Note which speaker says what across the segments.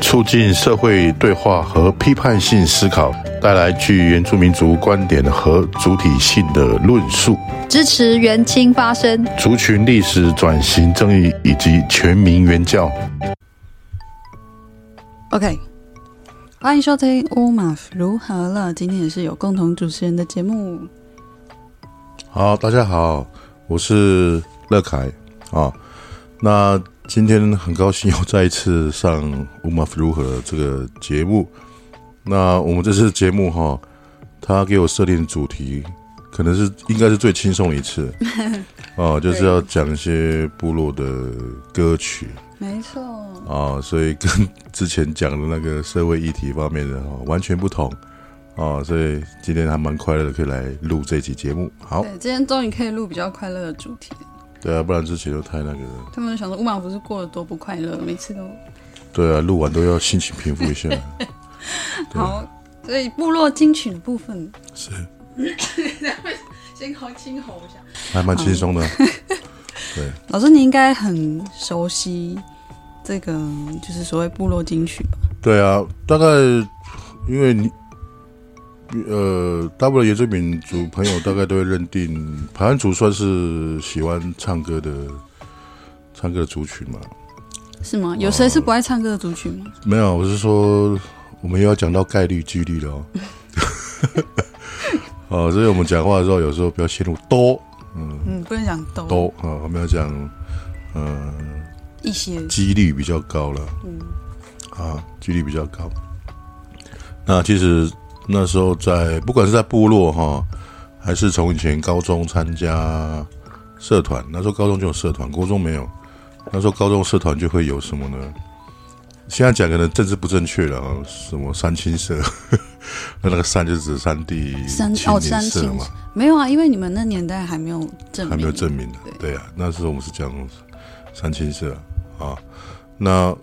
Speaker 1: 促进社会对话和批判性思考，带来具原住民族观点和主体性的论述，
Speaker 2: 支持原青发声。
Speaker 1: 族群历史转型正义以及全民原教。
Speaker 2: OK，
Speaker 3: 欢迎收听《乌马如何了》，今天也是有共同主持人的节目。
Speaker 1: 好，大家好，我是乐凯啊。那今天很高兴又再一次上《乌马如何》这个节目。那我们这次节目哈，他给我设定的主题可能是应该是最轻松的一次哦、就是要讲一些部落的歌曲
Speaker 3: 没错，
Speaker 1: 啊、所以跟之前讲的那个社会议题方面的哈、完全不同啊、所以今天还蛮快乐的，可以来录这期节目。好
Speaker 3: 对，，今天终于可以录比较快乐的主题。
Speaker 1: 对啊，不然之前就太那个了。
Speaker 3: 他们想说乌马不是过得多不快乐，每次都
Speaker 1: 对啊，录完都要心情平复一下。
Speaker 3: 好。所以部落金曲的部分，
Speaker 1: 是，
Speaker 3: 先好清喉一下。
Speaker 1: 还蛮轻松的。
Speaker 3: 老师，你应该很熟悉这个，就是所谓部落金曲吧？
Speaker 1: 对啊，大概因为你，呃，大部分原住民族朋友大概都会认定排湾族算是喜欢唱歌的，唱歌的族群嘛。
Speaker 3: 是吗？有谁是不爱唱歌的族群吗？
Speaker 1: 没有，我是说，我们又要讲到概率、几率了哦。哦，所以我们讲话的时候，有时候不要陷入多
Speaker 3: 嗯，不能讲都
Speaker 1: 多啊、我们要讲，呃，
Speaker 3: 一些
Speaker 1: 几率比较高了，嗯，啊，几率比较高。那其实那时候在不管是在部落哈，还是从以前高中参加社团，那时候高中就有社团，高中没有。那时候高中社团就会有什么呢？现在讲可能政治不正确了啊，什么三青社， 那那个三就是指三地
Speaker 3: 三
Speaker 1: 青
Speaker 3: 哦
Speaker 1: 年
Speaker 3: 三
Speaker 1: 社
Speaker 3: 青
Speaker 1: 嘛，
Speaker 3: 没有啊，因为你们那年代还没有证明，
Speaker 1: 还没有证明的，对啊，那时候我们是讲三清社啊，那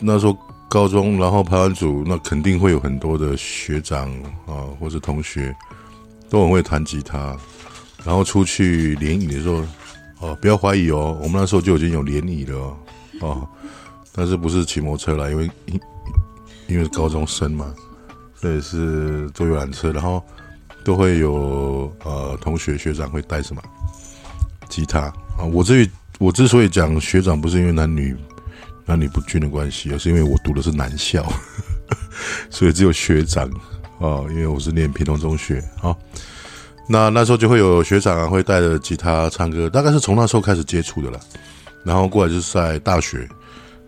Speaker 1: 那时候高中，然后排湾组，那肯定会有很多的学长啊，或是同学都很会弹吉他，然后出去联谊的时候，哦、不要怀疑哦，我们那时候就已经有联谊了哦，哦，但是不是骑摩托车啦，因为因因为是高中生嘛，所以是坐游览车，然后都会有呃同学学长会带什么吉他啊。我至于我之所以讲学长，不是因为男女男女不均的关系，而是因为我读的是男校， 所以只有学长啊。因为我是念平东中学啊。那那时候就会有学长啊，会带着吉他唱歌，大概是从那时候开始接触的啦。然后过来就是在大学，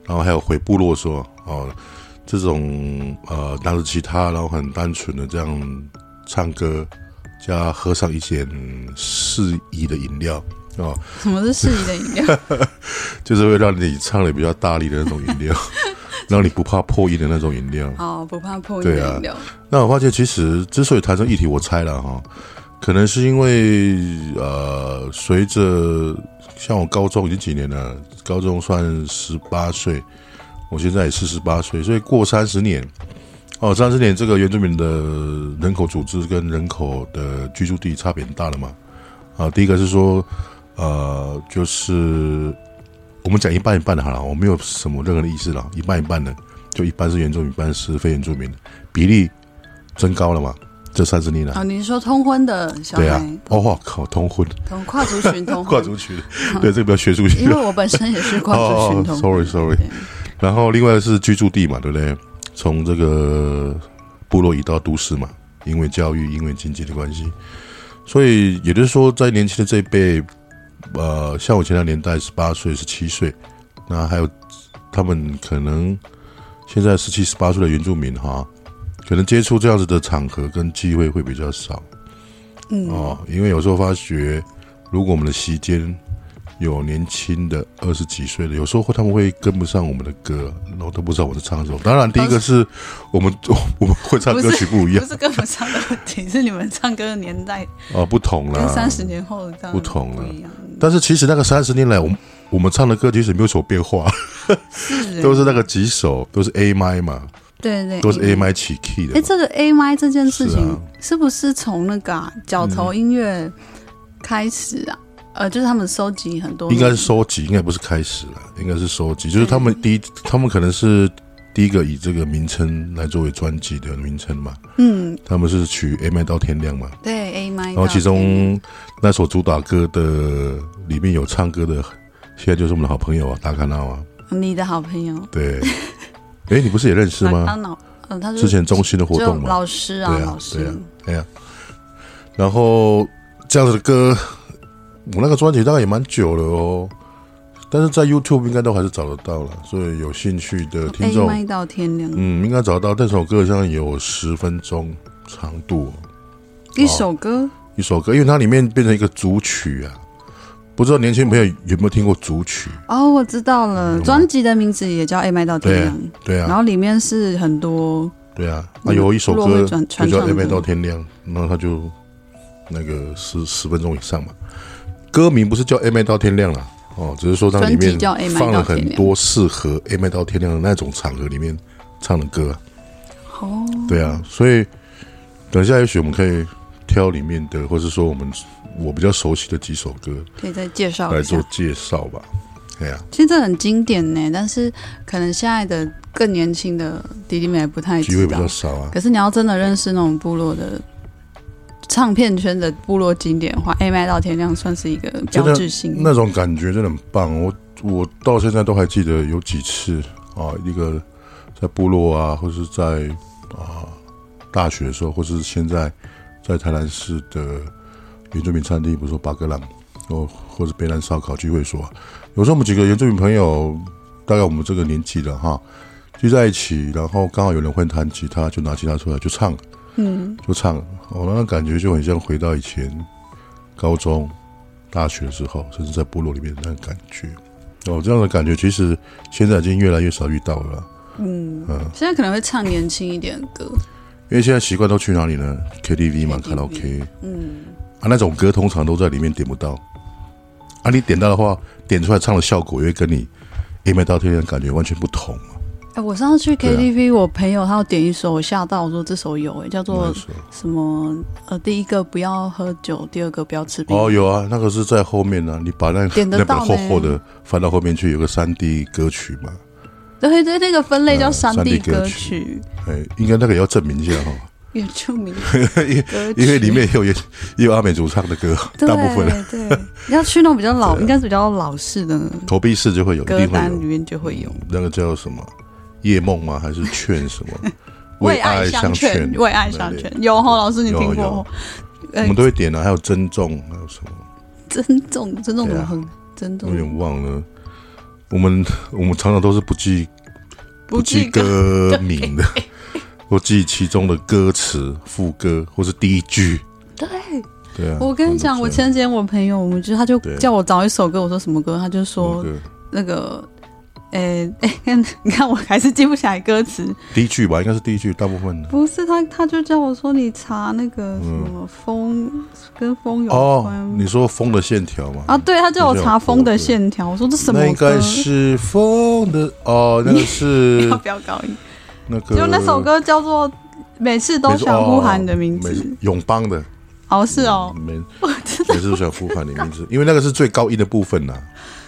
Speaker 1: 然后还有回部落说哦，这种呃拿着吉他，然后很单纯的这样唱歌，加喝上一点适宜的饮料哦，
Speaker 3: 什么是适宜的饮 料？
Speaker 1: 就是会让你唱的比较大力的那种饮料，让你不怕破音的那种饮料。
Speaker 3: 哦，不怕破音
Speaker 1: 对啊
Speaker 3: 的饮料。
Speaker 1: 那我发现，其实之所以谈成议题，我猜了哈，可能是因为呃，随着像我高中已经几年了，高中算十八岁，我现在也四十八岁，所以过三十年，哦，三十年这个原住民的人口组织跟人口的居住地差别很大了嘛。啊，第一个是说，呃，就是我们讲一半一半的好了，我没有什么任何的意思了，一半一半的，就一半是原住民，一半是非原住民的比例增高了嘛？这三十年来，
Speaker 3: 哦，你是说通婚的小
Speaker 1: 对
Speaker 3: 孩，
Speaker 1: 啊，哦，哇靠，通婚
Speaker 3: 同跨族 群同婚
Speaker 1: 跨族群， 对，这个不要学出去
Speaker 3: 因为
Speaker 1: 了。
Speaker 3: 我本身也是跨族群
Speaker 1: 哦
Speaker 3: 同婚。
Speaker 1: ，sorry，sorry
Speaker 3: 对
Speaker 1: 然后另外是居住地嘛，对不对？从这个部落移到都市嘛，因为教育，因为经济的关系，所以也就是说，在年轻的这一辈，呃，像我前两年代十八岁、十七岁，那还有他们可能现在十七、十八岁的原住民哈，可能接触这样子的场合跟机会会比较少。
Speaker 3: 嗯，
Speaker 1: 哦，因为有时候发觉，如果我们的席间有年轻的二十几岁的，有时候会他们会跟不上我们的歌，然后都不知道我在唱什么。当然，第一个是我们 我们会唱歌曲不一样
Speaker 3: 不是跟不上的问题，是你们唱歌的年代
Speaker 1: 啊、不同
Speaker 3: 跟
Speaker 1: 啦
Speaker 3: 三。十年后的当然
Speaker 1: 不同了啊
Speaker 3: 不一样。
Speaker 1: 但是其实那个三十年来，我们我们唱的歌其实没有什么变化，
Speaker 3: 是
Speaker 1: 都是那个几首都是 A 麦嘛，
Speaker 3: 对对，
Speaker 1: 都是 A 麦起 key 的
Speaker 3: 哎，
Speaker 1: 嘛。
Speaker 3: 这个 A Y 这件事
Speaker 1: 是啊
Speaker 3: 情是不是从那个啊角头音乐开始啊？呃，就是他们收集很多，
Speaker 1: 应该是收集，应该不是开始了，应该是收集。就是他们第一，他们可能是第一个以这个名称来作为专辑的名称嘛。
Speaker 3: 嗯，
Speaker 1: 他们是取 A 麦到天亮嘛。
Speaker 3: 对 A Y，然
Speaker 1: 然后其中那首主打歌的里面有唱歌的，现在就是我们的好朋友啊，达卡纳啊。
Speaker 3: 你的好朋友
Speaker 1: 对，哎，你不是也认识
Speaker 3: 马
Speaker 1: 吗？
Speaker 3: 当脑，嗯，他
Speaker 1: 之
Speaker 3: 是
Speaker 1: 前中心的活
Speaker 3: 就
Speaker 1: 动嘛。
Speaker 3: 老师啊，
Speaker 1: 对啊
Speaker 3: 老
Speaker 1: 对
Speaker 3: 师
Speaker 1: 啊，哎呀、然后这样子的歌，我那个专辑大概也蛮久了哦，但是在 YouTube 应该都还是找得到了，所以有兴趣的听
Speaker 3: 哦 A
Speaker 1: 众，
Speaker 3: Y 到天亮，
Speaker 1: 嗯，应该找得到。这首歌好像有十分钟长度、哦，
Speaker 3: 一首歌
Speaker 1: 一首歌，因为它里面变成一个组曲啊。不知道年轻朋友有没有听过组曲？
Speaker 3: 哦，我知道了，专辑的名字也叫 A 麦到天亮，
Speaker 1: 嗯对
Speaker 3: 然
Speaker 1: 啊，
Speaker 3: 后里面是很多
Speaker 1: 对啊，啊有一首
Speaker 3: 落
Speaker 1: 歌
Speaker 3: 会
Speaker 1: 就
Speaker 3: 转
Speaker 1: 叫
Speaker 3: 传
Speaker 1: 《
Speaker 3: 唱
Speaker 1: A
Speaker 3: 的
Speaker 1: 到天亮》，那它就那个十十分钟以上嘛。歌名不是叫《A 麦到天亮》啦，哦，只是说它里面
Speaker 3: 专辑叫 A
Speaker 1: 放
Speaker 3: 麦到天亮
Speaker 1: 了很多适合《A 麦到天亮》的那种场合里面唱的歌啊、
Speaker 3: 哦，
Speaker 1: 对啊，所以等一下也许我们可以挑里面的，或是说我们我比较熟悉的几首歌
Speaker 3: 可以再介绍
Speaker 1: 来
Speaker 3: 一下
Speaker 1: 做。介绍吧。哎呀、
Speaker 3: 其实这很经典呢，但是可能现在的更年轻的弟弟妹不太
Speaker 1: 机会
Speaker 3: 知
Speaker 1: 比
Speaker 3: 道
Speaker 1: 较。少啊。
Speaker 3: 可是你要真的认识那种部落的唱片圈的部落经典的话，《A 麦到天亮》算是一个标志性。
Speaker 1: 那种感觉真的很棒。我我到现在都还记得有几次啊，一个在部落啊，或是在啊大学的时候，或是现在在台南市的原住民餐厅，比如说巴格朗，或或是北南烧烤聚会所啊，有时候我们几个原住民朋友，大概我们这个年纪了哈，聚在一起，然后刚好有人会弹吉他，就拿吉他出来就唱。
Speaker 3: 嗯，
Speaker 1: 就唱了，哦，那感觉就很像回到以前高中、大学的时候，甚至在部落里面的那种感觉。哦，这样的感觉其实现在已经越来越少遇到了啦，
Speaker 3: 现在可能会唱年轻一点的歌，
Speaker 1: 因为现在习惯都去哪里呢？KTV 嘛，
Speaker 3: KTV
Speaker 1: 卡拉 OK
Speaker 3: 嗯，
Speaker 1: 啊，那种歌通常都在里面点不到。啊，你点到的话，点出来唱的效果也会跟你一麦到天亮的感觉完全不同啊嘛。
Speaker 3: 哎、我上次去
Speaker 1: 对啊
Speaker 3: KTV，、我朋友他有点一首，我吓到，我说这首有哎、叫
Speaker 1: 那
Speaker 3: 做
Speaker 1: 时候
Speaker 3: 什么？呃，第一个不要喝酒，第二个不要吃冰。
Speaker 1: 哦，有啊，那个是在后面呢、你把那个
Speaker 3: 点得
Speaker 1: 那本
Speaker 3: 到
Speaker 1: 厚
Speaker 3: 呢
Speaker 1: 厚的翻到后面去，有个三 D 歌曲嘛。
Speaker 3: 对对，那个分类叫
Speaker 1: 嗯
Speaker 3: 山
Speaker 1: 山地
Speaker 3: 地
Speaker 1: 歌
Speaker 3: 歌
Speaker 1: 曲
Speaker 3: 曲，
Speaker 1: 哎，应该那个也要证明一下哈、
Speaker 3: 原住民
Speaker 1: 因为
Speaker 3: 歌曲，
Speaker 1: 因为里面也有也也有阿美族唱的歌，
Speaker 3: 对
Speaker 1: 大部分啊
Speaker 3: 对，要去那种比较老，应该是比较老式的
Speaker 1: 投币式就会有，一
Speaker 3: 歌
Speaker 1: 定会
Speaker 3: 单里
Speaker 1: 有。
Speaker 3: 面就会有。
Speaker 1: 嗯那个叫什么夜梦吗？还是劝什么？
Speaker 3: 爱
Speaker 1: 相
Speaker 3: 劝，为爱相劝，有吼，老师你
Speaker 1: 有
Speaker 3: 听过
Speaker 1: 有
Speaker 3: 吼？
Speaker 1: 我
Speaker 3: 呃
Speaker 1: 们，都会点的、还有珍重，还有什么？
Speaker 3: 尊重，尊重怎么
Speaker 1: 啊
Speaker 3: 哼？尊
Speaker 1: 我
Speaker 3: 重
Speaker 1: 有点忘了。我们我们常常都是不记
Speaker 3: 不
Speaker 1: 记
Speaker 3: 歌，
Speaker 1: 歌名的，我记其中的歌词、副歌或是第一句。
Speaker 3: 对。
Speaker 1: 对啊，
Speaker 3: 我跟你讲，我前几天我朋友，我们就他就
Speaker 1: 对嗯
Speaker 3: 叫我找一首歌，我说什么歌，他就说
Speaker 1: 歌
Speaker 3: 那个，诶、诶、 你看我还是记不起来歌词，
Speaker 1: 第一句吧，应该是第一句，大部分的。
Speaker 3: 不是他，他就叫我说你查那个什么风、跟风有
Speaker 1: 嗯哦
Speaker 3: 关、，
Speaker 1: 你说风的线条吗？
Speaker 3: 啊，对，他叫我查风的线条，我说这什么
Speaker 1: 那应
Speaker 3: 歌
Speaker 1: 该？是风的哦，那个 是
Speaker 3: 要 不要高音？
Speaker 1: 那个，
Speaker 3: 就那首歌叫做。每次都
Speaker 1: 每次嗯
Speaker 3: 想
Speaker 1: 哦嗯
Speaker 3: 呼喊你的名字
Speaker 1: 每，次永邦的
Speaker 3: 哦，是哦，
Speaker 1: 每
Speaker 3: 我知道
Speaker 1: 每次都想呼喊你名字， 因为那个是最高音的部分呐，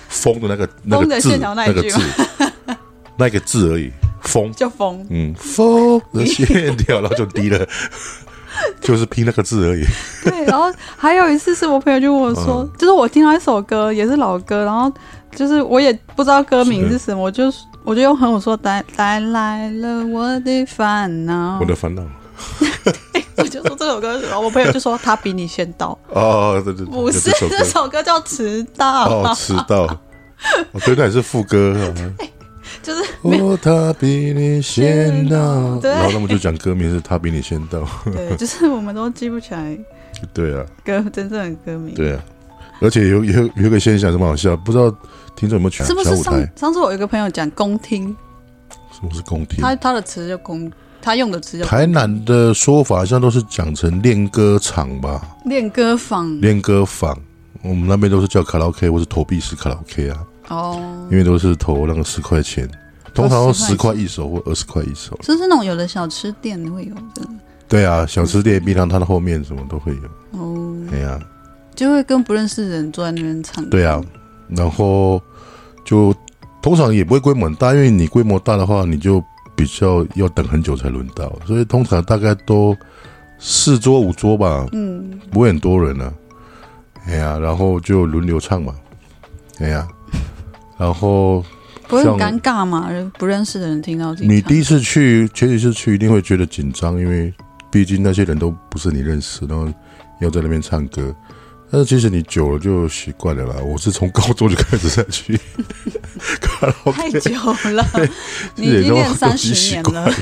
Speaker 1: 风的那个那
Speaker 3: 风
Speaker 1: 个
Speaker 3: 的
Speaker 1: 字
Speaker 3: 线条那
Speaker 1: 那
Speaker 3: 一
Speaker 1: 个
Speaker 3: 句
Speaker 1: 字 那个字而已，风
Speaker 3: 就风，
Speaker 1: 嗯风的线条，然后就低了， 就是拼那个字而已。
Speaker 3: 对，然后还有一次是我朋友就问我说，
Speaker 1: 嗯
Speaker 3: 就是我听到一首歌也是老歌，然后就是我也不知道歌名是什么，我就我就用很我说带带来了我的烦恼，
Speaker 1: 我的烦恼
Speaker 3: 我就说这首歌是什么，我朋友就说他比你先到，
Speaker 1: 哦，对对，对
Speaker 3: 不是
Speaker 1: 这首歌
Speaker 3: 这首歌叫迟到，
Speaker 1: 哦，迟到，我觉得也是副歌啊。
Speaker 3: 就是
Speaker 1: 哦，他比你先到，
Speaker 3: 对
Speaker 1: 然后他们就讲歌名是他比你先到，
Speaker 3: 对，就是我们都记不起来
Speaker 1: 对啊，
Speaker 3: 歌真正的歌名，
Speaker 1: 对啊，而且有有有个现象什么好笑，不知道听众有没有抢
Speaker 3: 是不
Speaker 1: 小
Speaker 3: 是
Speaker 1: 舞
Speaker 3: 上
Speaker 1: 台？嗯
Speaker 3: 上次我有一个朋友讲公听，
Speaker 1: 什么是公听？
Speaker 3: 他他的词就公，他用的词就
Speaker 1: 台南的说法好像都是讲成练歌场吧，
Speaker 3: 练歌坊
Speaker 1: 练歌坊，我们那边都是叫卡拉 OK 或是投币式卡拉 OK 啊，
Speaker 3: 哦，
Speaker 1: 因为都是投那个十块钱，通常
Speaker 3: 哦
Speaker 1: 都
Speaker 3: 10
Speaker 1: 十
Speaker 3: 块
Speaker 1: 块一手或二十块一手。
Speaker 3: 就是那种有的小吃店会有的
Speaker 1: 对啊，想吃电冰糖，它的后面什么都会有。
Speaker 3: 哦，
Speaker 1: 哎呀、
Speaker 3: 就会跟不认识的人坐在那边唱歌。
Speaker 1: 对啊，然后就通常也不会规模很大，因为你规模大的话，你就比较要等很久才轮到，所以通常大概都四桌五桌吧，
Speaker 3: 嗯，
Speaker 1: 不会很多人啊。哎呀、然后就轮流唱嘛。哎呀、然后
Speaker 3: 不会很
Speaker 1: 像
Speaker 3: 尴尬吗？人不认识的人听到自己
Speaker 1: 你
Speaker 3: 唱
Speaker 1: 第一次去，前几次去一定会觉得紧张，因为毕竟那些人都不是你认识，然后要在那边唱歌。但是其实你久了就习惯了啦。我是从高中就开始在去卡拉 OK，
Speaker 3: 太久 了，你
Speaker 1: 这也
Speaker 3: 已经
Speaker 1: 让我
Speaker 3: 练
Speaker 1: 都
Speaker 3: 三
Speaker 1: 已经
Speaker 3: 十
Speaker 1: 习
Speaker 3: 年
Speaker 1: 惯
Speaker 3: 了，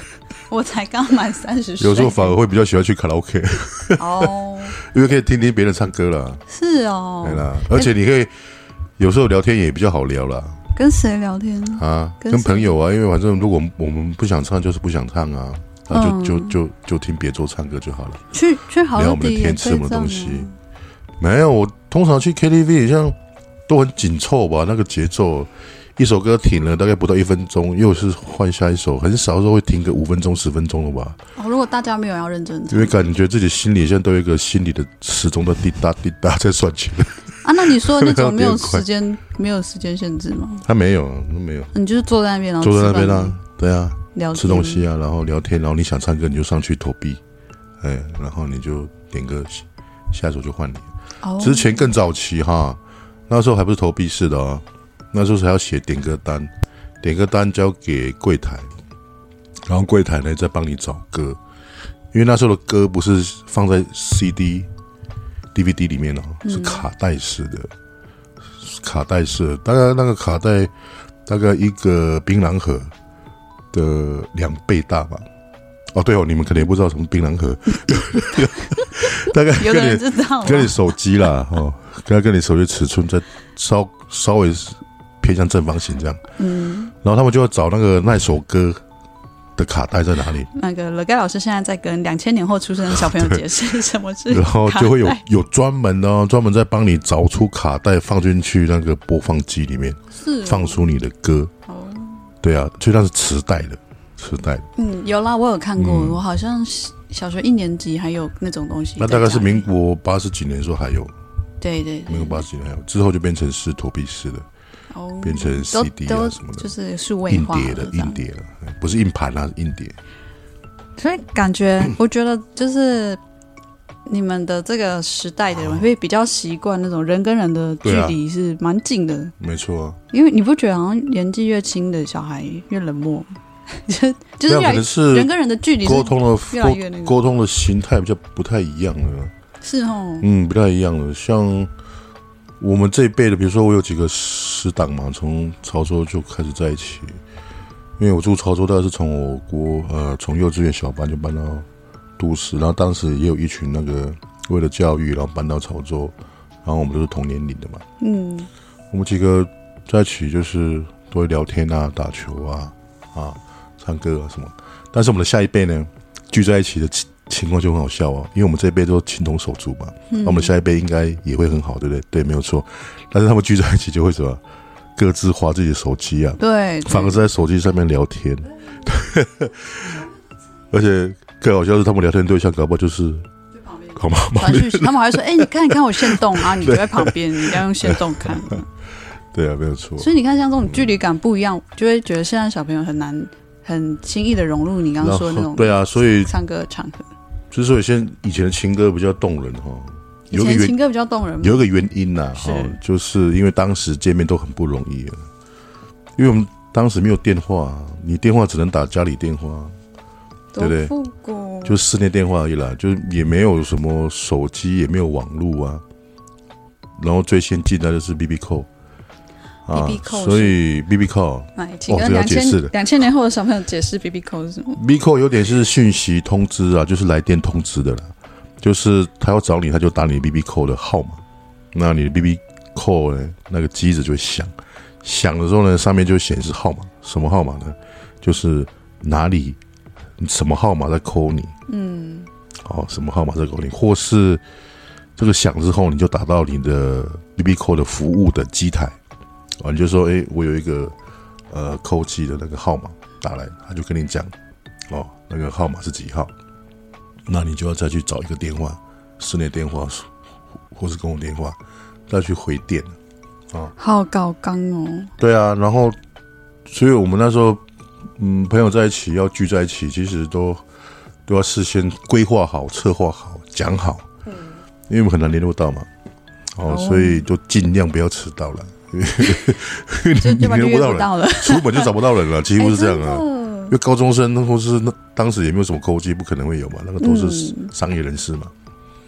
Speaker 3: 我才刚满三十岁。
Speaker 1: 有时候反而会比较喜欢去卡拉 OK，
Speaker 3: 哦，
Speaker 1: 因为可以听听别人唱歌啦，
Speaker 3: 是哦
Speaker 1: 对，啦，而且你可以有时候聊天也比较好聊啦
Speaker 3: 跟谁聊天？
Speaker 1: 啊，
Speaker 3: 跟
Speaker 1: 跟
Speaker 3: 谁
Speaker 1: 朋友啊，因为反正如果我们不想唱，就是不想唱啊，那
Speaker 3: 哦
Speaker 1: 就就就就听别桌唱歌就好了。
Speaker 3: 去去好
Speaker 1: 聊
Speaker 3: 乐
Speaker 1: 我们的
Speaker 3: 迪也
Speaker 1: 天吃
Speaker 3: 可
Speaker 1: 我
Speaker 3: 以
Speaker 1: 们
Speaker 3: 这
Speaker 1: 的
Speaker 3: 样
Speaker 1: 东
Speaker 3: 吗
Speaker 1: 西。没有，我通常去 KTV 好像都很紧凑吧，那个节奏，一首歌停了大概不到一分钟，又是换下一首，很少时候会停个五分钟、十分钟的吧，
Speaker 3: 哦，如果大家没有要认真
Speaker 1: 因
Speaker 3: 唱
Speaker 1: 为感觉自己心里现在都有一个心里的时钟在滴答滴答在算钱。
Speaker 3: 啊，那你说的那种
Speaker 1: 聊得
Speaker 3: 没有
Speaker 1: 很快
Speaker 3: 时间没有时间限制吗？
Speaker 1: 他没有，他没有，
Speaker 3: 你就是坐在那边，然后
Speaker 1: 坐在那边
Speaker 3: 哦吃饭
Speaker 1: 啦，对啊，
Speaker 3: 聊天
Speaker 1: 吃东。西啊，然后聊天，然后你想唱歌你就上去投币，哎，然后你就点歌，下一首就换你。
Speaker 3: 哦，
Speaker 1: 之前更早期哈，那时候还不是投币式的哦，那时候还要写点歌单，点歌单交给柜台，然后柜台呢再帮你找歌，因为那时候的歌不是放在 CD、DVD 里面哦，
Speaker 3: 嗯
Speaker 1: 是卡带式的，是卡带式的，大概那个卡带大概一个槟榔盒的两倍大吧。哦，对哦，你们可能也不知道什么槟榔 盒，大概
Speaker 3: 有
Speaker 1: 跟
Speaker 3: 的
Speaker 1: 你
Speaker 3: 人知道吗？啊
Speaker 1: 跟你手机啦，哦，跟他跟你手机尺寸再稍稍微偏向正方形这样，
Speaker 3: 嗯，
Speaker 1: 然后他们就要找那个那首歌的卡带在 哪里，
Speaker 3: 那个乐盖老师现在在跟两千年后出生的小朋友解 释什么是
Speaker 1: 然后就会有
Speaker 3: 卡带
Speaker 1: 有专门的、哦，专门在帮你找出卡带放进去那个播放机里面，
Speaker 3: 是哦
Speaker 1: 放出你的歌。
Speaker 3: 哦
Speaker 1: 对啊，所以那是磁带的，磁带的。
Speaker 3: 嗯，有啦，我有看过，
Speaker 1: 嗯
Speaker 3: 我好像小学一年级还有那种东西在家
Speaker 1: 那
Speaker 3: 里。
Speaker 1: 大概是民国八十几年的时候还有，
Speaker 3: 对对对
Speaker 1: 民国八十几年还有，之后就变成是投币式的，
Speaker 3: 哦，
Speaker 1: 变成
Speaker 3: 都
Speaker 1: CD
Speaker 3: 都
Speaker 1: 啊什么的，
Speaker 3: 就是数位
Speaker 1: 硬
Speaker 3: 化
Speaker 1: 碟的
Speaker 3: 了这样
Speaker 1: 硬碟了，不是硬盘啊，是硬碟。
Speaker 3: 所以感觉，
Speaker 1: 嗯
Speaker 3: 我觉得就是你们的这个时代的人会比较习惯那种人跟人的
Speaker 1: 啊
Speaker 3: 距离是蛮近的，
Speaker 1: 没错、啊。
Speaker 3: 因为你不觉得好像年纪越轻的小孩越冷漠， 就就是
Speaker 1: 那
Speaker 3: 越来
Speaker 1: 可
Speaker 3: 越
Speaker 1: 能是
Speaker 3: 人跟人的距离是
Speaker 1: 沟通的
Speaker 3: 越来越那
Speaker 1: 沟
Speaker 3: 个
Speaker 1: 沟通的形态比较不太一样了，
Speaker 3: 是哦，
Speaker 1: 嗯，不太一样了。像我们这一辈的，比如说我有几个师党嘛，从潮州就开始在一起，因为我住潮州，大概是从我国呃从幼稚园小班就搬到都市，然后当时也有一群那个为了教育，然后搬到潮州，然后我们都是同年龄的嘛，
Speaker 3: 嗯，
Speaker 1: 我们几个在一起就是都会聊天啊、打球啊、啊、唱歌啊什么。但是我们的下一辈呢，聚在一起的情情况就很好笑哦，因为我们这一辈都情同手足嘛，
Speaker 3: 嗯
Speaker 1: 那、我们下一辈应该也会很好，对不对？对，没有错。但是他们聚在一起就会什么，各自划自己的手机啊，
Speaker 3: 对，
Speaker 1: 反而是在手机上面聊天， 而且更好笑是他们聊天对象搞不好就是好吗？
Speaker 3: 传讯息，他们还 会说，哎、你看你看我现动啊，你就在旁边，你要用现动 看，
Speaker 1: 对啊，没有错。
Speaker 3: 所以你看像这种距离感不一样，就会觉得现在小朋友很难 很轻易的融入你刚刚
Speaker 1: 然
Speaker 3: 说的那种
Speaker 1: 后对啊，所以
Speaker 3: 唱歌的场合。
Speaker 1: 之所以现在以前的情歌比较动人哈，有一个
Speaker 3: 以前
Speaker 1: 原
Speaker 3: 情歌比较动人嘛，
Speaker 1: 有一个原因呐、
Speaker 3: 是
Speaker 1: 哈、就是因为当时见面都很不容易啊，因为我们当时没有电话，你电话只能打家里电话，对不对
Speaker 3: 多复古
Speaker 1: 就室内电话而已啦，就是也没有什么手机，也没有网络啊，然后最先进的就是 B B 扣。啊
Speaker 3: BB，扣是
Speaker 1: 所以 B B 扣
Speaker 3: 来，哎请
Speaker 1: 哦
Speaker 3: 跟
Speaker 1: 这要
Speaker 3: 两
Speaker 1: 解释
Speaker 3: 千
Speaker 1: 了
Speaker 3: 两千年后的小朋友解释 B B 扣是什么？
Speaker 1: B 扣有点是讯息通知啊，就是来电通知的啦，就是他要找你，他就打你 B B 扣的号码，那你的 B B 扣呢，那个机子就会响，响的时候呢，上面就显示号码，什么号码呢？就是哪里什么号码在扣你，
Speaker 3: 嗯，
Speaker 1: 哦，什么号码在扣你，或是这个响之后，你就打到你的 B B 扣的服务的机台，啊，你就说，哎，我有一个呃扣机的那个号码打来，他就跟你讲，哦，那个号码是几号，那你就要再去找一个电话，室内电话或是公共电话，再去回电啊。
Speaker 3: 好搞刚哦。
Speaker 1: 对啊，然后，所以我们那时候，嗯，朋友在一起要聚在一起，其实都都要事先规划好、策划好、讲好，嗯，因为我们很难联络到嘛，哦，所以就尽量不要迟到了。
Speaker 3: 哦 就
Speaker 1: 你
Speaker 3: 就把
Speaker 1: 联
Speaker 3: 你
Speaker 1: 络
Speaker 3: 约
Speaker 1: 不到人，
Speaker 3: 不 到了，
Speaker 1: 出门就找不到人 了，几乎是这样啊。
Speaker 3: 啊
Speaker 1: 因。为高中生或是那当时也没有什么科技，不可能会有嘛，那个都是
Speaker 3: 嗯
Speaker 1: 商业人士嘛，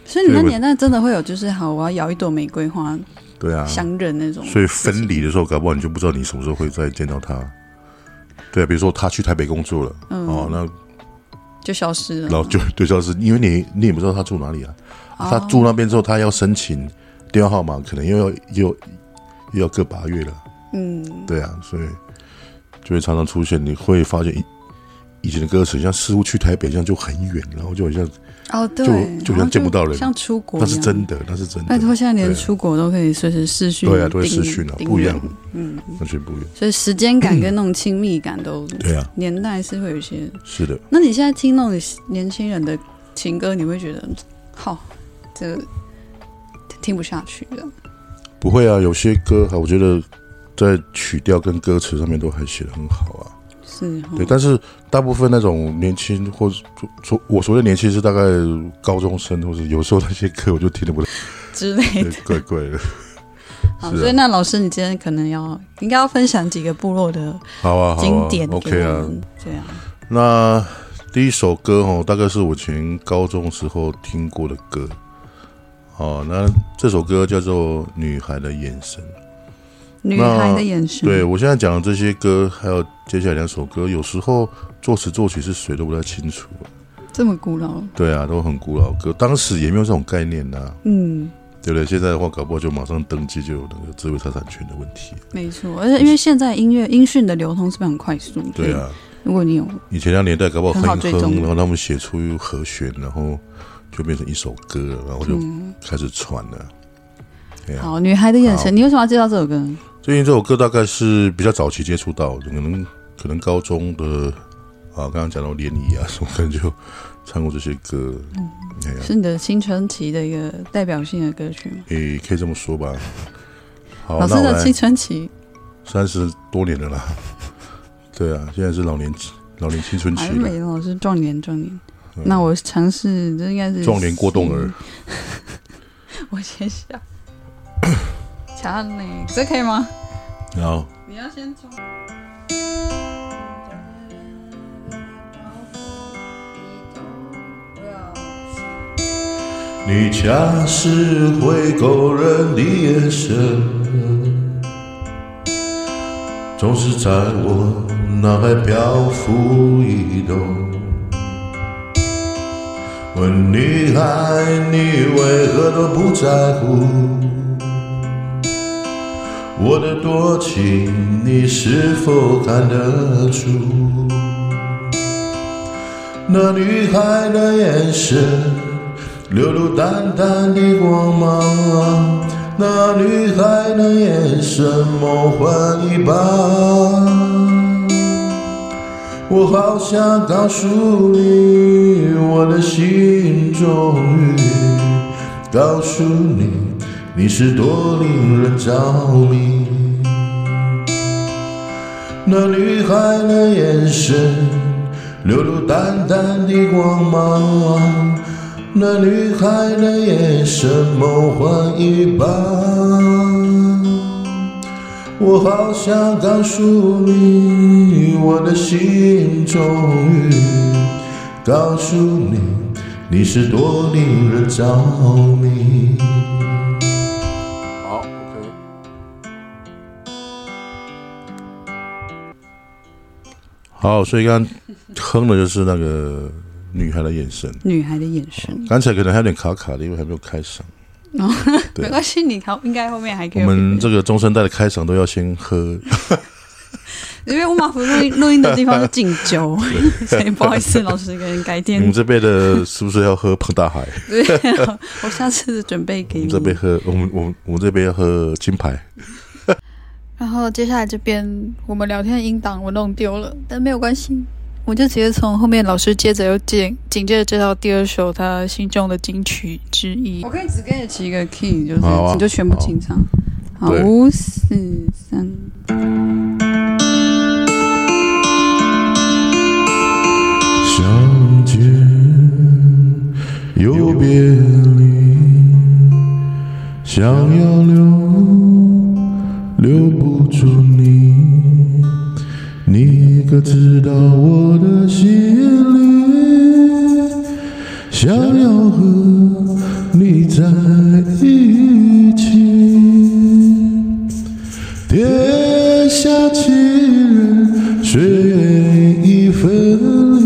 Speaker 3: 所以
Speaker 1: 所
Speaker 3: 你
Speaker 1: 以
Speaker 3: 那
Speaker 1: 我
Speaker 3: 年代真的会有，就是好，我要摇一朵玫瑰花
Speaker 1: 对啊。
Speaker 3: 相认那种。
Speaker 1: 所以分离的时候，搞不好你就不知道你什么时候会再见到他。对啊，比如说他去台北工作了，
Speaker 3: 嗯
Speaker 1: 哦，那
Speaker 3: 就消失了。
Speaker 1: 然后就对象是因为你你也不知道他住哪里啊，
Speaker 3: 哦
Speaker 1: 他住那边之后，他要申请电话号码，可能又要又又要个把月了，
Speaker 3: 嗯，
Speaker 1: 对啊，所以就会常常出现，你会发现以以前的歌手，像似乎去台北这样就很远，然后就很像
Speaker 3: 哦对，
Speaker 1: 就就好像
Speaker 3: 然后
Speaker 1: 见不到人
Speaker 3: 像出国一
Speaker 1: 那
Speaker 3: 样。
Speaker 1: 是真的，那是真的。
Speaker 3: 拜托，现在连
Speaker 1: 对啊
Speaker 3: 出国都可以随时视讯，
Speaker 1: 对啊，都会失
Speaker 3: 盯
Speaker 1: 去了，
Speaker 3: 盯
Speaker 1: 不一样
Speaker 3: 人，嗯，
Speaker 1: 完全不一样。
Speaker 3: 所以时间感跟那种亲密感都
Speaker 1: 对啊，
Speaker 3: 年代是会有一些。
Speaker 1: 是的，
Speaker 3: 那你现在听那种年轻人的情歌，你会觉得好，这个听不下去的。
Speaker 1: 不会啊，有些歌哈，我觉得在曲调跟歌词上面都还写得很好啊。
Speaker 3: 是哦，
Speaker 1: 对，但是大部分那种年轻或是说我所谓的年轻是大概高中生，或者有时候那些歌我就听得不太
Speaker 3: 之类的。
Speaker 1: 怪怪的。
Speaker 3: 好，
Speaker 1: 是啊
Speaker 3: 所以那老师，你今天可能要应该要分享几个部落的
Speaker 1: 好啊，好
Speaker 3: 经
Speaker 1: 啊
Speaker 3: 典给
Speaker 1: ，OK
Speaker 3: 我
Speaker 1: 啊。
Speaker 3: 们对啊，
Speaker 1: 那第一首歌哦，大概是我以前高中时候听过的歌。哦，那这首歌叫做《女孩的眼神》。
Speaker 3: 女孩的眼神，
Speaker 1: 对，我现在讲的这些歌，还有接下来两首歌，有时候作词作曲是谁都不太清楚。
Speaker 3: 这么古老，
Speaker 1: 对啊，都很古老的歌，当时也没有这种概念呐、
Speaker 3: 嗯，
Speaker 1: 对不对？现在的话，搞不好就马上登记就有那个智慧财产权的问题。
Speaker 3: 没错。而且因为现在音乐音讯的流通是非常快速，所以
Speaker 1: 对啊，
Speaker 3: 如果你有
Speaker 1: 以前那年代搞不好
Speaker 3: 嗯很好
Speaker 1: 哼一
Speaker 3: 追踪
Speaker 1: 哼，然后他们写出和弦，然后就变成一首歌了，然后就
Speaker 3: 嗯，
Speaker 1: 开始传了。对啊，
Speaker 3: 好，女孩的眼
Speaker 1: 好哎
Speaker 3: 神，你为什么要介绍这首歌？
Speaker 1: 最近这首歌大概是比较早期接触到的，可能可能高中的啊，刚刚讲到联谊啊什么，可能就唱过这些歌。哎呀、
Speaker 3: 是你的青春期的一个代表性的歌曲吗？
Speaker 1: 诶、可以这么说吧。好，
Speaker 3: 老师
Speaker 1: 那我
Speaker 3: 的
Speaker 1: 来
Speaker 3: 青春期，
Speaker 1: 三十多年了啦。对啊，现在是老年期老年青春期
Speaker 3: 还
Speaker 1: 了
Speaker 3: 没。老师壮年壮年。
Speaker 1: 嗯
Speaker 3: 那我尝试，这应该是
Speaker 1: 壮年过动儿，
Speaker 3: 我先 想，卡你，这可以吗？
Speaker 1: 然后
Speaker 3: 你要先装。
Speaker 1: 你恰是会勾人的眼神，总是在我脑海漂浮移动。问女孩，你为何都不在乎？我的多情，你是否看得出？那女孩的眼神流露淡淡的光芒，那女孩的眼神梦幻一般。我好想告诉你，我的心终于告诉你，你是多令人着迷。那女孩的眼神流露淡淡的光芒，那女孩的眼神梦幻一般。我好想告诉你，我的心终于告诉你，你是多令人着迷。好，OK。好，所以刚刚哼的就是那个女孩的眼神。
Speaker 3: 女孩的眼神，
Speaker 1: 刚才可能还有点卡卡的，因为还没有开场。对
Speaker 3: 没关系，你好，应该后面还可
Speaker 1: 我
Speaker 3: 以有别的。
Speaker 1: 们这个中生代的开场都要先喝，
Speaker 3: 因为五马福录音录音的地方是敬 酒，所以不好意思，老师跟改
Speaker 1: 你
Speaker 3: 天
Speaker 1: 们。这辈的是不是要喝胖大海？
Speaker 3: 对，我下次准备
Speaker 1: 我
Speaker 3: 给
Speaker 1: 们
Speaker 3: 你
Speaker 1: 这。边喝，我们我们我们这边要喝金牌。
Speaker 2: 然后接下来这边我们聊天的音档我弄丢了，但没有关系，我就直接从后面老师接着又紧紧接着介绍第二首他心中的金曲之一
Speaker 3: 我。可以只给你起一个 key，就是、
Speaker 1: 好啊
Speaker 3: 你就全部清唱。好，
Speaker 1: 对
Speaker 3: 五四三。
Speaker 1: 相见又别离，想要留留不住你，你可知道我的心里想要和你在一起。天下奇人，谁愿意分离？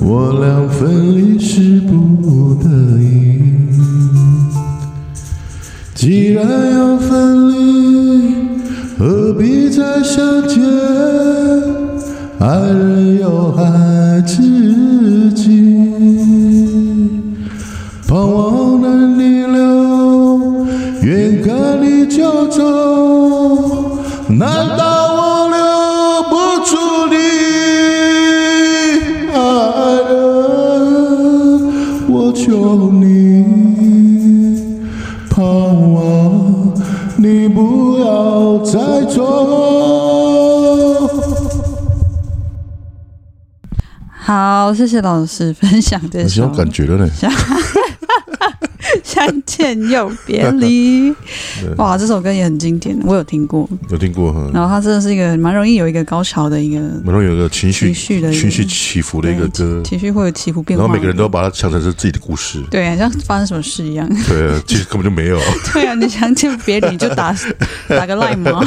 Speaker 1: 我俩分离是不得已。既然要分离，何必再相见？爱人要爱知己。盼望能逆流，远看你就走，难道我留不住你？爱人，我求你，盼望你不要再走。
Speaker 3: 好，谢谢老师分享这首《
Speaker 1: 觉了呢，
Speaker 3: 相见又别 离》。哇，这首歌也很经典，我有听过。
Speaker 1: 有听过哈
Speaker 3: 然后它真的是一个蛮容易有一个高潮的一个
Speaker 1: 然后有一个情绪
Speaker 3: 情绪的一个
Speaker 1: 情绪起伏的一个
Speaker 3: 对
Speaker 1: 歌，
Speaker 3: 情绪会有起伏变
Speaker 1: 然
Speaker 3: 化。
Speaker 1: 后每个人都要把它想成是自己的故事。
Speaker 3: 对，很像发生什么事一样。
Speaker 1: 对啊，其实根本就没 有，
Speaker 3: 对啊，你想见别离就 打打个赖嘛。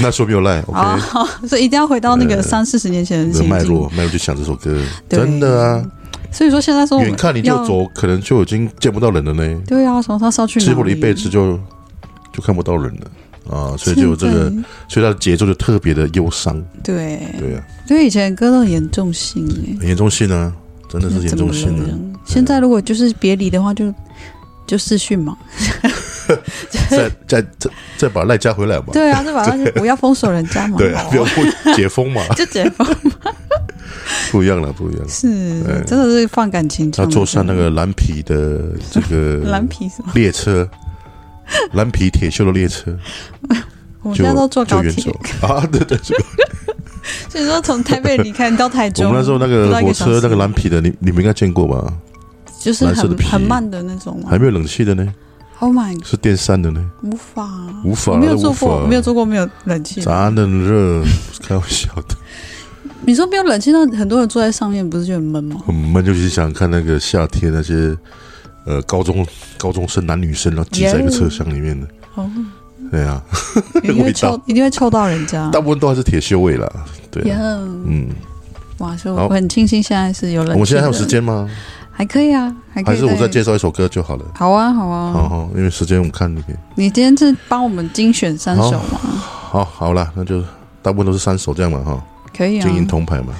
Speaker 1: 那说没有赖
Speaker 3: 好，
Speaker 1: ，OK。
Speaker 3: 好所以一定要回到那个
Speaker 1: 呃
Speaker 3: 三四十年前的
Speaker 1: 的
Speaker 3: 情
Speaker 1: 脉
Speaker 3: 景。
Speaker 1: 络，脉络就想这首歌，
Speaker 3: 对
Speaker 1: 真的啊，
Speaker 3: 所以说现在说我
Speaker 1: 远
Speaker 3: 们
Speaker 1: 看你就
Speaker 3: 要。
Speaker 1: 走，可能就已经见不到人了呢。
Speaker 3: 对啊，从他烧去哪里？
Speaker 1: 吃过了一辈子就就看不到人了啊，所以就有这个
Speaker 3: 现，
Speaker 1: 所以它的节奏就特别的忧伤，
Speaker 3: 对，
Speaker 1: 对啊，
Speaker 3: 所以以前的歌都很严重性哎，
Speaker 1: 严重性啊，真的是严重性
Speaker 3: 怎么
Speaker 1: 啊，
Speaker 3: 了现在如果就是别离的话就，就视讯嘛。
Speaker 1: 再再再再把赖加回来吧，
Speaker 3: 对啊，就把他就不要封锁人家 嘛。哦
Speaker 1: 对啊，不要不解封嘛，
Speaker 3: 就解封
Speaker 1: 不一样了，不一样 了。
Speaker 3: 是
Speaker 1: 对，
Speaker 3: 真的是放感情
Speaker 1: 他
Speaker 3: 唱的。
Speaker 1: 坐上那个蓝皮的这
Speaker 3: 蓝
Speaker 1: 个
Speaker 3: 皮什么？
Speaker 1: 列车，蓝皮铁锈的列车，
Speaker 3: 我们
Speaker 1: 就
Speaker 3: 现在都坐高
Speaker 1: 就
Speaker 3: 铁
Speaker 1: 远，走啊！对对，对
Speaker 3: 所以说从台北离开到台
Speaker 1: 我
Speaker 3: 中，
Speaker 1: 们那时候那
Speaker 3: 不
Speaker 1: 个
Speaker 3: 到一
Speaker 1: 火
Speaker 3: 个小
Speaker 1: 车
Speaker 3: 时
Speaker 1: 那个蓝皮的，你你们应该见过吧？
Speaker 3: 就是
Speaker 1: 蓝色的
Speaker 3: 很
Speaker 1: 皮
Speaker 3: 很慢的那种嘛啊
Speaker 1: 还。没有冷气的呢，
Speaker 3: Oh my，
Speaker 1: 是电扇的呢，
Speaker 3: 无法，
Speaker 1: 无法
Speaker 3: 我没有
Speaker 1: 那
Speaker 3: 坐
Speaker 1: 无法
Speaker 3: 过，没有坐过，没有冷气。
Speaker 1: 咋冷热？ 开玩笑的，
Speaker 3: 你说没有冷气，那很多人坐在上面，不是就很闷吗？
Speaker 1: 我们就是想看那个夏天那些呃高中高中生男女生，然后挤在一个车厢里面的，
Speaker 3: 哦，
Speaker 1: 对啊，
Speaker 3: 一定
Speaker 1: 味
Speaker 3: 会
Speaker 1: 道
Speaker 3: 抽， 一定会抽到人 家。
Speaker 1: 大部分都还是铁锈味啦，对啊，
Speaker 3: 呀，
Speaker 1: 嗯，
Speaker 3: 哇，所以
Speaker 1: 好
Speaker 3: 我很庆幸现在是有冷气。
Speaker 1: 我们现在还有时，间吗？
Speaker 3: 还可以啊，还可
Speaker 1: 还
Speaker 3: 以。
Speaker 1: 是我再介。绍一首歌就好了？
Speaker 3: 好啊，好啊。
Speaker 1: 好好，因为时间我们看那个，
Speaker 3: 你今天是帮我们精选三首吗？
Speaker 1: 好好啦，那就大部分都是三首这样嘛哈，
Speaker 3: 可以啊
Speaker 1: 金。银铜牌 嘛。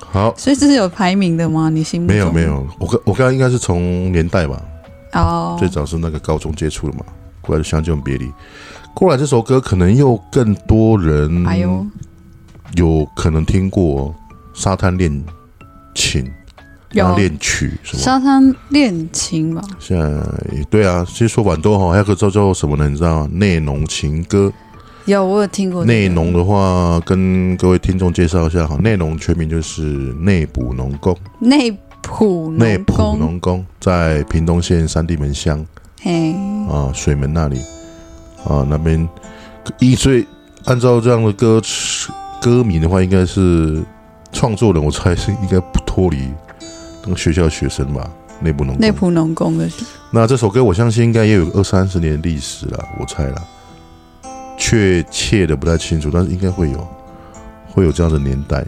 Speaker 1: 好，
Speaker 3: 所以这是有排名的吗？你心目中
Speaker 1: 没有没有，我刚我刚刚应该是从年代吧，
Speaker 3: 哦。
Speaker 1: 最早是那个高中接触的嘛，过来就相见别离。过来这首歌可能又更多人
Speaker 3: 哎呦，
Speaker 1: 有可能听过哦《沙滩恋情》然后
Speaker 3: 有
Speaker 1: 恋曲什么？
Speaker 3: 沙滩恋情吧？
Speaker 1: 现在对啊，其实说法很多哈，还有个叫做什么呢？你知道吗？内农情歌。
Speaker 3: 有，我有听过这个
Speaker 1: 内农的话，跟各位听众介绍一下哈，内农全名就是内埔农工，
Speaker 3: 内埔农
Speaker 1: 内埔
Speaker 3: 工，
Speaker 1: 农工在屏东县三地门乡
Speaker 3: 嘿，
Speaker 1: 啊水门那里啊那边，一所以按照这样的歌词歌名的话，应该是创作人，我猜是应该不脱离那个学校的学生吧，内埔农
Speaker 3: 内
Speaker 1: 工。
Speaker 3: 埔农工的
Speaker 1: 那这首歌我相信应该也有二三十年的历史了，我猜啦，确切的不太清楚，但是应该会有会有这样的年代。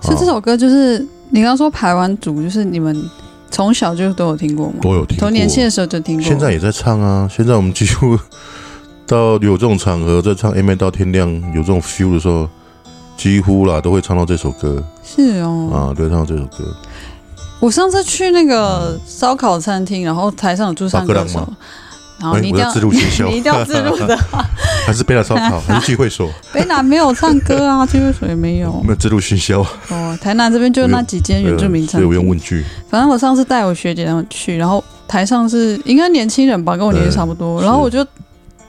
Speaker 3: 所以这
Speaker 1: 啊
Speaker 3: 首歌就是你刚刚说排湾族，就是你们从小就都有听过吗？
Speaker 1: 都有听过，
Speaker 3: 从年轻的时候就听过，
Speaker 1: 现在也在唱啊。现在我们几乎到有这种场合在唱《M A 到天亮》有这种 feel 的时候，几乎啦都会唱到这首歌
Speaker 3: 是哦。
Speaker 1: 啊，都会唱到这首歌。
Speaker 3: 我上次去那个烧烤餐厅，然后台上有驻唱歌手
Speaker 1: 巴，
Speaker 3: 然后你一
Speaker 1: 哦
Speaker 3: 定
Speaker 1: 哎我要自入学校
Speaker 3: 你一定要自入 的。
Speaker 1: 还是贝拉烧烤，还是聚会 所，
Speaker 3: 北南没有唱歌啊，聚会所也没有
Speaker 1: 没有自助熏销，
Speaker 3: 哦。台南这边就那几间原住民
Speaker 1: 所
Speaker 3: 餐
Speaker 1: 以我用
Speaker 3: 厅。
Speaker 1: 问句，
Speaker 3: 反正我上次带我学姐他们去，然后台上是应该年轻人吧，跟我年纪差不多，
Speaker 1: 对
Speaker 3: 然后
Speaker 1: 是
Speaker 3: 我就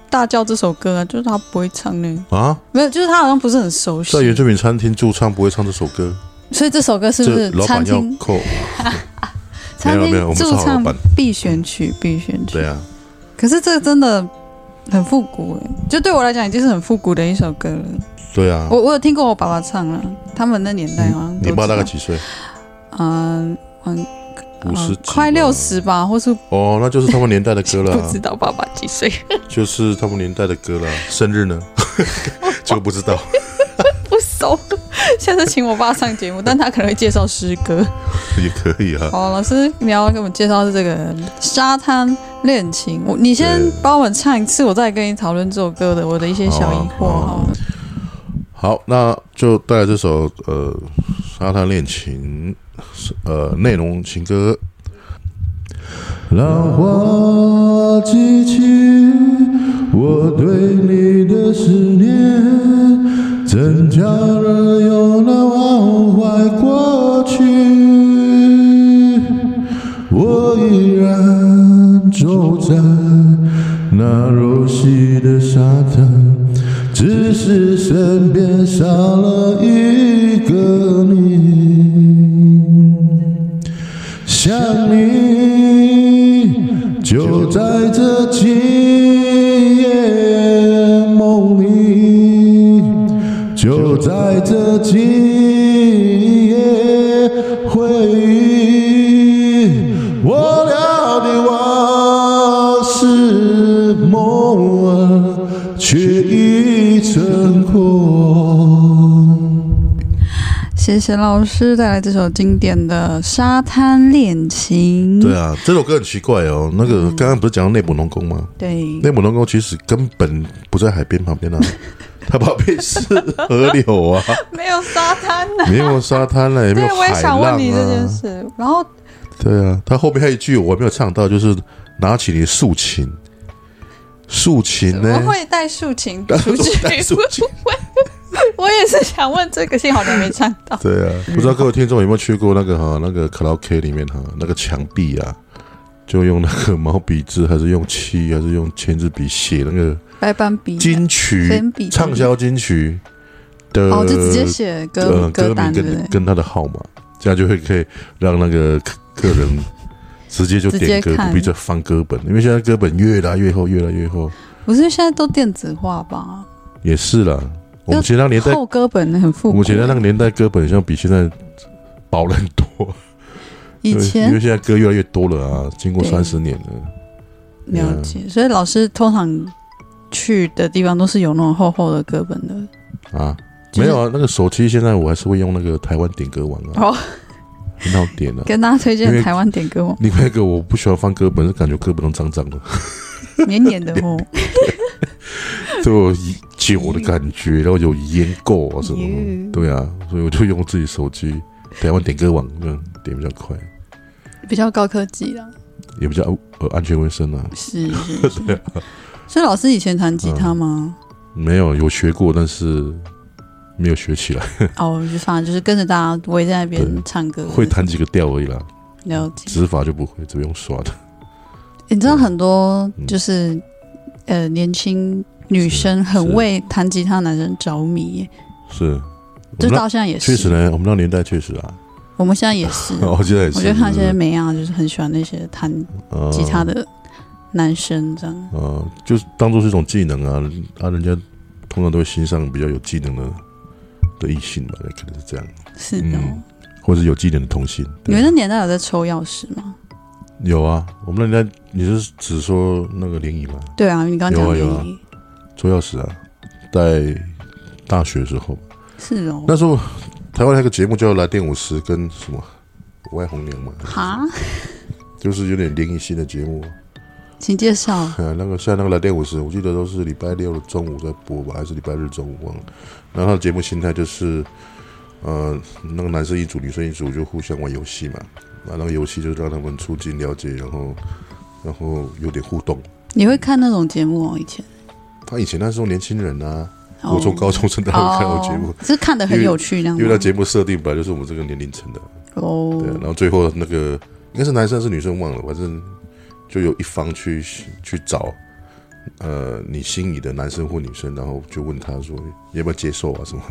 Speaker 3: 大叫这首歌啊，就是他不会唱呢，
Speaker 1: 啊，
Speaker 3: 没有，就是他好像不是很熟悉
Speaker 1: 在。原住民餐厅驻唱不会唱这首歌，
Speaker 3: 所以这首歌是不
Speaker 1: 这
Speaker 3: 是
Speaker 1: 老
Speaker 3: 餐
Speaker 1: 板要
Speaker 3: 厅
Speaker 1: 扣，没
Speaker 3: 餐
Speaker 1: 有没有，我
Speaker 3: 厅
Speaker 1: 们是
Speaker 3: 驻
Speaker 1: 好老
Speaker 3: 唱
Speaker 1: 板，
Speaker 3: 必选曲必选曲
Speaker 1: 对？啊，
Speaker 3: 可是这真的很复古哎，就对我来讲已经是很复古的一首歌了。
Speaker 1: 对啊，
Speaker 3: 我我有听过我爸爸唱了，他们哦那年代好像
Speaker 1: 嗯你
Speaker 3: 都
Speaker 1: 爸大概
Speaker 3: 知
Speaker 1: 几岁？
Speaker 3: 道嗯嗯
Speaker 1: 五十
Speaker 3: 嗯，快六十吧，或是
Speaker 1: 哦，那就是他们年代的歌了
Speaker 3: 不
Speaker 1: 啊
Speaker 3: 知，道爸爸几岁，
Speaker 1: 就是他们年代的歌了啊。生日呢， 就不知道。
Speaker 3: 不熟。 下次请我爸上节目，但他可能会介绍诗歌。
Speaker 1: 也可以啊。
Speaker 3: 哦，老师，你要给我们介绍是这个沙滩恋情。我你先
Speaker 1: 对
Speaker 3: 帮我们唱一次，我再跟你讨论这首歌的我的一些小疑
Speaker 1: 好
Speaker 3: 惑
Speaker 1: 啊
Speaker 3: 哦好了。
Speaker 1: 好，那就带来这首呃《沙滩恋情》呃内容情歌。浪花激起我对你的思念，增加了又能忘怀过去，我依然走在那柔细的沙滩。只是身边少了一个你，想你就在这今夜梦里，就在这今夜回忆，我俩的往事梦啊，却已成空。
Speaker 3: 谢谢老师带来这首经典的《沙滩恋情》。
Speaker 1: 对啊，这首歌很奇怪哦。那个刚刚不是讲到内部农工吗？
Speaker 3: 对
Speaker 1: 内部农工其实根本不在海边旁边啊， 它旁边是河流 啊，
Speaker 3: 没有沙滩 呢、
Speaker 1: 没有沙滩啊了、也没
Speaker 3: 对
Speaker 1: 有，
Speaker 3: 我也
Speaker 1: 海
Speaker 3: 想
Speaker 1: 浪
Speaker 3: 问你这件
Speaker 1: 啊。
Speaker 3: 事。然后
Speaker 1: 对啊，它后面还有一句我没有唱到，就是拿起你的竖琴，竖琴
Speaker 3: 我
Speaker 1: 呢？
Speaker 3: 会带竖琴
Speaker 1: 然后
Speaker 3: 出去，
Speaker 1: 带竖琴
Speaker 3: 我也是想问这个，幸好你没唱到。
Speaker 1: 对啊，不知道各位听众有没有去过那个哈那个卡拉 OK 里面哈那个墙壁啊，就用那个毛笔字，还是用漆，还是用签字笔写那个
Speaker 3: 白板笔、
Speaker 1: 金曲
Speaker 3: 粉笔、
Speaker 1: 畅销金曲的
Speaker 3: 哦，就直接写歌、
Speaker 1: 呃
Speaker 3: 歌
Speaker 1: 歌
Speaker 3: 单，
Speaker 1: 名
Speaker 3: 对不对
Speaker 1: 跟？跟他的号码，这样就会可以让那个客客人直接就
Speaker 3: 直
Speaker 1: 点
Speaker 3: 接
Speaker 1: 歌，
Speaker 3: 看
Speaker 1: 不必再翻歌本，因为现在歌本越来越厚，越来越厚，
Speaker 3: 不是现在都电子化吧？
Speaker 1: 也是啦。我们
Speaker 3: 就
Speaker 1: 前那个年代，
Speaker 3: 厚歌本很复
Speaker 1: 我
Speaker 3: 古。
Speaker 1: 们前那个年代歌本像比现在薄了很多。
Speaker 3: 以
Speaker 1: 对因
Speaker 3: 前
Speaker 1: 为现在歌越来越多了啊，经过
Speaker 3: 对
Speaker 1: 三十年了，对啊
Speaker 3: 了解，所以老师通常去的地方都是有那种厚厚的歌本的。
Speaker 1: 啊，
Speaker 3: 就是
Speaker 1: 没有啊，那个手机现在我还是会用那个台湾点歌网啊，
Speaker 3: 哦，
Speaker 1: 很好点啊。
Speaker 3: 跟大家推
Speaker 1: 因为
Speaker 3: 荐台湾点歌 哦网，
Speaker 1: 另外一个我不喜欢翻歌本，是感觉歌本都脏脏的，
Speaker 3: 黏黏的哦。
Speaker 1: 对我酒的感觉，然后有烟垢啊什么的，
Speaker 3: 哟
Speaker 1: 对啊，所以我就用自己手机台湾点歌网这样点比较快，
Speaker 3: 比较高科技啦，
Speaker 1: 也比较呃安全卫生啊。
Speaker 3: 是 是是。所以老师以前弹吉他吗？
Speaker 1: 没有有学过，但是没有学起来，
Speaker 3: 哦，就反正就是跟着大家围在那
Speaker 1: 嗯对
Speaker 3: 边唱歌，
Speaker 1: 会弹几个调而已啦，
Speaker 3: 了解。欸
Speaker 1: 指法就不会，只会用刷的。
Speaker 3: 你知道很多
Speaker 1: 嗯
Speaker 3: 就是呃年轻女生
Speaker 1: 是
Speaker 3: 很为弹吉他男生着迷耶，
Speaker 1: 是，我
Speaker 3: 就
Speaker 1: 们那
Speaker 3: 到现在也
Speaker 1: 确实
Speaker 3: 是，
Speaker 1: 呢，我们哦那年代确实啊，
Speaker 3: 我们现在也是。
Speaker 1: 我觉得也是。
Speaker 3: 我觉得看现在美亚就是很喜欢那些弹
Speaker 1: 呃
Speaker 3: 吉他的男生这样。
Speaker 1: 呃，就是当做是一种技能啊，啊，人家通常都会欣赏比较有技能的的异性吧，可能是这样，
Speaker 3: 是的哦，
Speaker 1: 嗯或者是有技能的同性。
Speaker 3: 你
Speaker 1: 对
Speaker 3: 们那年代有在抽钥匙吗？
Speaker 1: 有啊，我们那年代你是只说那个联谊吗？
Speaker 3: 对啊，你刚刚讲
Speaker 1: 有啊
Speaker 3: 联谊
Speaker 1: 抽钥匙啊，在大学的时候，
Speaker 3: 是哦。
Speaker 1: 那时候台湾还有个节目叫《来电五十》跟什么《我爱红娘》嘛，
Speaker 3: 哈，
Speaker 1: 就是有点联谊性的节目。
Speaker 3: 请介绍。
Speaker 1: 啊，那个像那个来电五十，我记得都是礼拜六的中午在播吧，还是礼拜日中午忘了。然后他的节目形态就是，呃，那个男生一组，女生一组就互相玩游戏嘛。啊，那个游戏就是让他们促进了解，然后然后有点互动。
Speaker 3: 你会看那种节目哦？以前哦
Speaker 1: 他以前那时候年轻人啊，我从高中生到看到节目，
Speaker 3: 是看的很有趣那样
Speaker 1: 因为
Speaker 3: 吗
Speaker 1: 那节目设定本来就是我们这个年龄层的，
Speaker 3: 哦
Speaker 1: 对，，然后最后那个应该是男生还是女生忘了，反正就有一方去去找，呃，你心仪的男生或女生，然后就问他说要不要接受啊什么，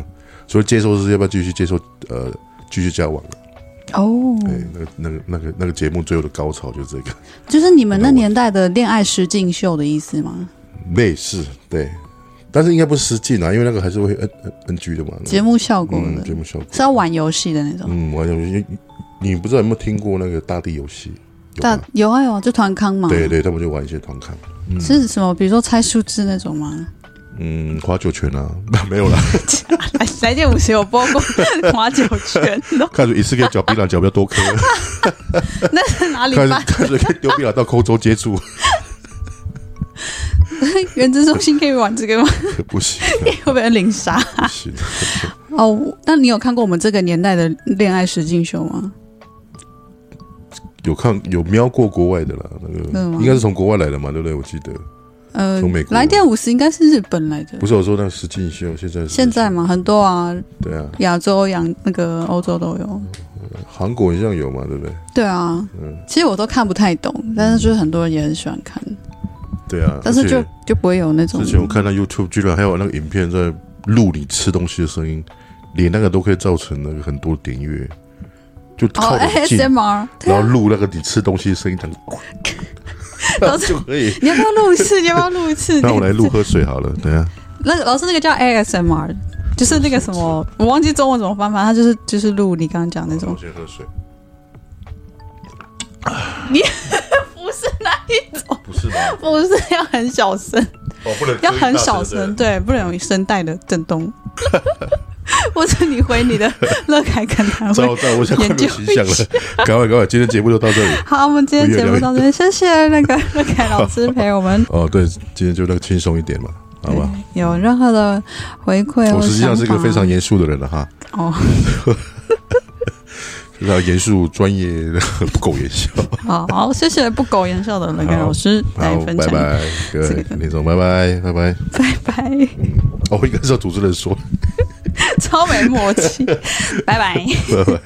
Speaker 1: 所以接受是要不要继续接受，呃，继续交往。
Speaker 3: 哦，
Speaker 1: 啊对，那个那个那个那个节目最后的高潮就是这个，
Speaker 3: 就是你们那年代的恋爱实境秀的意思
Speaker 1: 嗯
Speaker 3: 吗？
Speaker 1: 类似对，但是应该不是实际啊，因为那个还是会 N N N G 的嘛，那个
Speaker 3: 节目效果
Speaker 1: 嗯
Speaker 3: 的，
Speaker 1: 节目效果，
Speaker 3: 是要玩游戏的那种。
Speaker 1: 嗯，玩游戏，你你不知道有没有听过那个大地游戏？有
Speaker 3: 大
Speaker 1: 吧
Speaker 3: 有啊有啊，就团康嘛，
Speaker 1: 对嗯对，他们就玩一些团康，
Speaker 3: 是什么？比如说猜数字那种吗？
Speaker 1: 嗯，划九拳啊， 没有啦，
Speaker 3: 来哎来电五十有播 过划九圈的，
Speaker 1: 看出一次可以嚼槟榔嚼比较多 颗，
Speaker 3: 那是哪里
Speaker 1: 看
Speaker 3: 办？
Speaker 1: 看出可以丢槟榔到空中接触，
Speaker 3: 原子中心可以玩这个吗？
Speaker 1: 不 行
Speaker 3: 会被人领杀？
Speaker 1: 不行，
Speaker 3: 哦，那你有看过我们这个年代的恋爱实境秀吗？
Speaker 1: 有看有瞄过国外的啦，那个
Speaker 3: 嗯吗
Speaker 1: 应该是从国外来的嘛，对不对？我记得
Speaker 3: 呃
Speaker 1: 从美，国
Speaker 3: 来电五十应该是日本来的
Speaker 1: 不，是我说那个石进秀，现在是
Speaker 3: 现在嘛，很多啊，
Speaker 1: 对啊，
Speaker 3: 亚洲、洋那个欧洲都有。
Speaker 1: 韩国一样有嘛，对不对？
Speaker 3: 对啊，
Speaker 1: 嗯
Speaker 3: 其实我都看不太懂，但是就是很多人也很喜欢看，
Speaker 1: 对啊，
Speaker 3: 但是
Speaker 1: 而且
Speaker 3: 就就不会有那种
Speaker 1: 之前我看到 YouTube 居然还有那个影片在录你吃东西的声音，连那个都可以造成那个很多点阅，就
Speaker 3: 哦
Speaker 1: 靠很近，
Speaker 3: ASMR，对
Speaker 1: 然
Speaker 3: 啊
Speaker 1: 后，录那个你吃东西的声 音，这样
Speaker 3: 都 是
Speaker 1: 就可以。
Speaker 3: 你要不要录一次？你要不要录一 次？
Speaker 1: 那我来录喝水好 了，等一下
Speaker 3: 那个老师那个叫 ASMR，就是那个什么，我忘记中文怎么翻，反正它就是就是录你刚刚讲那
Speaker 1: 好
Speaker 3: 种
Speaker 1: 我，先喝水，
Speaker 3: 不是那一种，
Speaker 1: 不是吧？
Speaker 3: 不是要很小声，
Speaker 1: 哦，不能
Speaker 3: 要很小声，对，不能有声带的震动， 或者你回你的乐凯恳谈
Speaker 1: 糟
Speaker 3: 会。
Speaker 1: 糟，我想快没有形象
Speaker 3: 研究
Speaker 1: 了， 赶快赶快，今天节目就到这里。
Speaker 3: 好，我们今天节目到这边，谢谢 那个乐凯老师陪我们。
Speaker 1: 哦，对，今天就那个轻松一点嘛，好吧？
Speaker 3: 有任何的回馈或
Speaker 1: 我实际上是一个
Speaker 3: 哎想法
Speaker 1: 非常严肃的人了啊哈，
Speaker 3: 哦，
Speaker 1: 非常严肃、专业， 不苟言笑。
Speaker 3: 好哦好，谢谢不苟言笑的乐凯老师来
Speaker 1: 好，
Speaker 3: 分
Speaker 1: 拜
Speaker 3: 享，
Speaker 1: 拜，各
Speaker 3: 这
Speaker 1: 位
Speaker 3: 个
Speaker 1: 听众，拜拜，拜拜。
Speaker 3: 拜拜，
Speaker 1: 哦，应该是要主持人说，
Speaker 3: 超没默契，拜拜。
Speaker 1: 拜拜。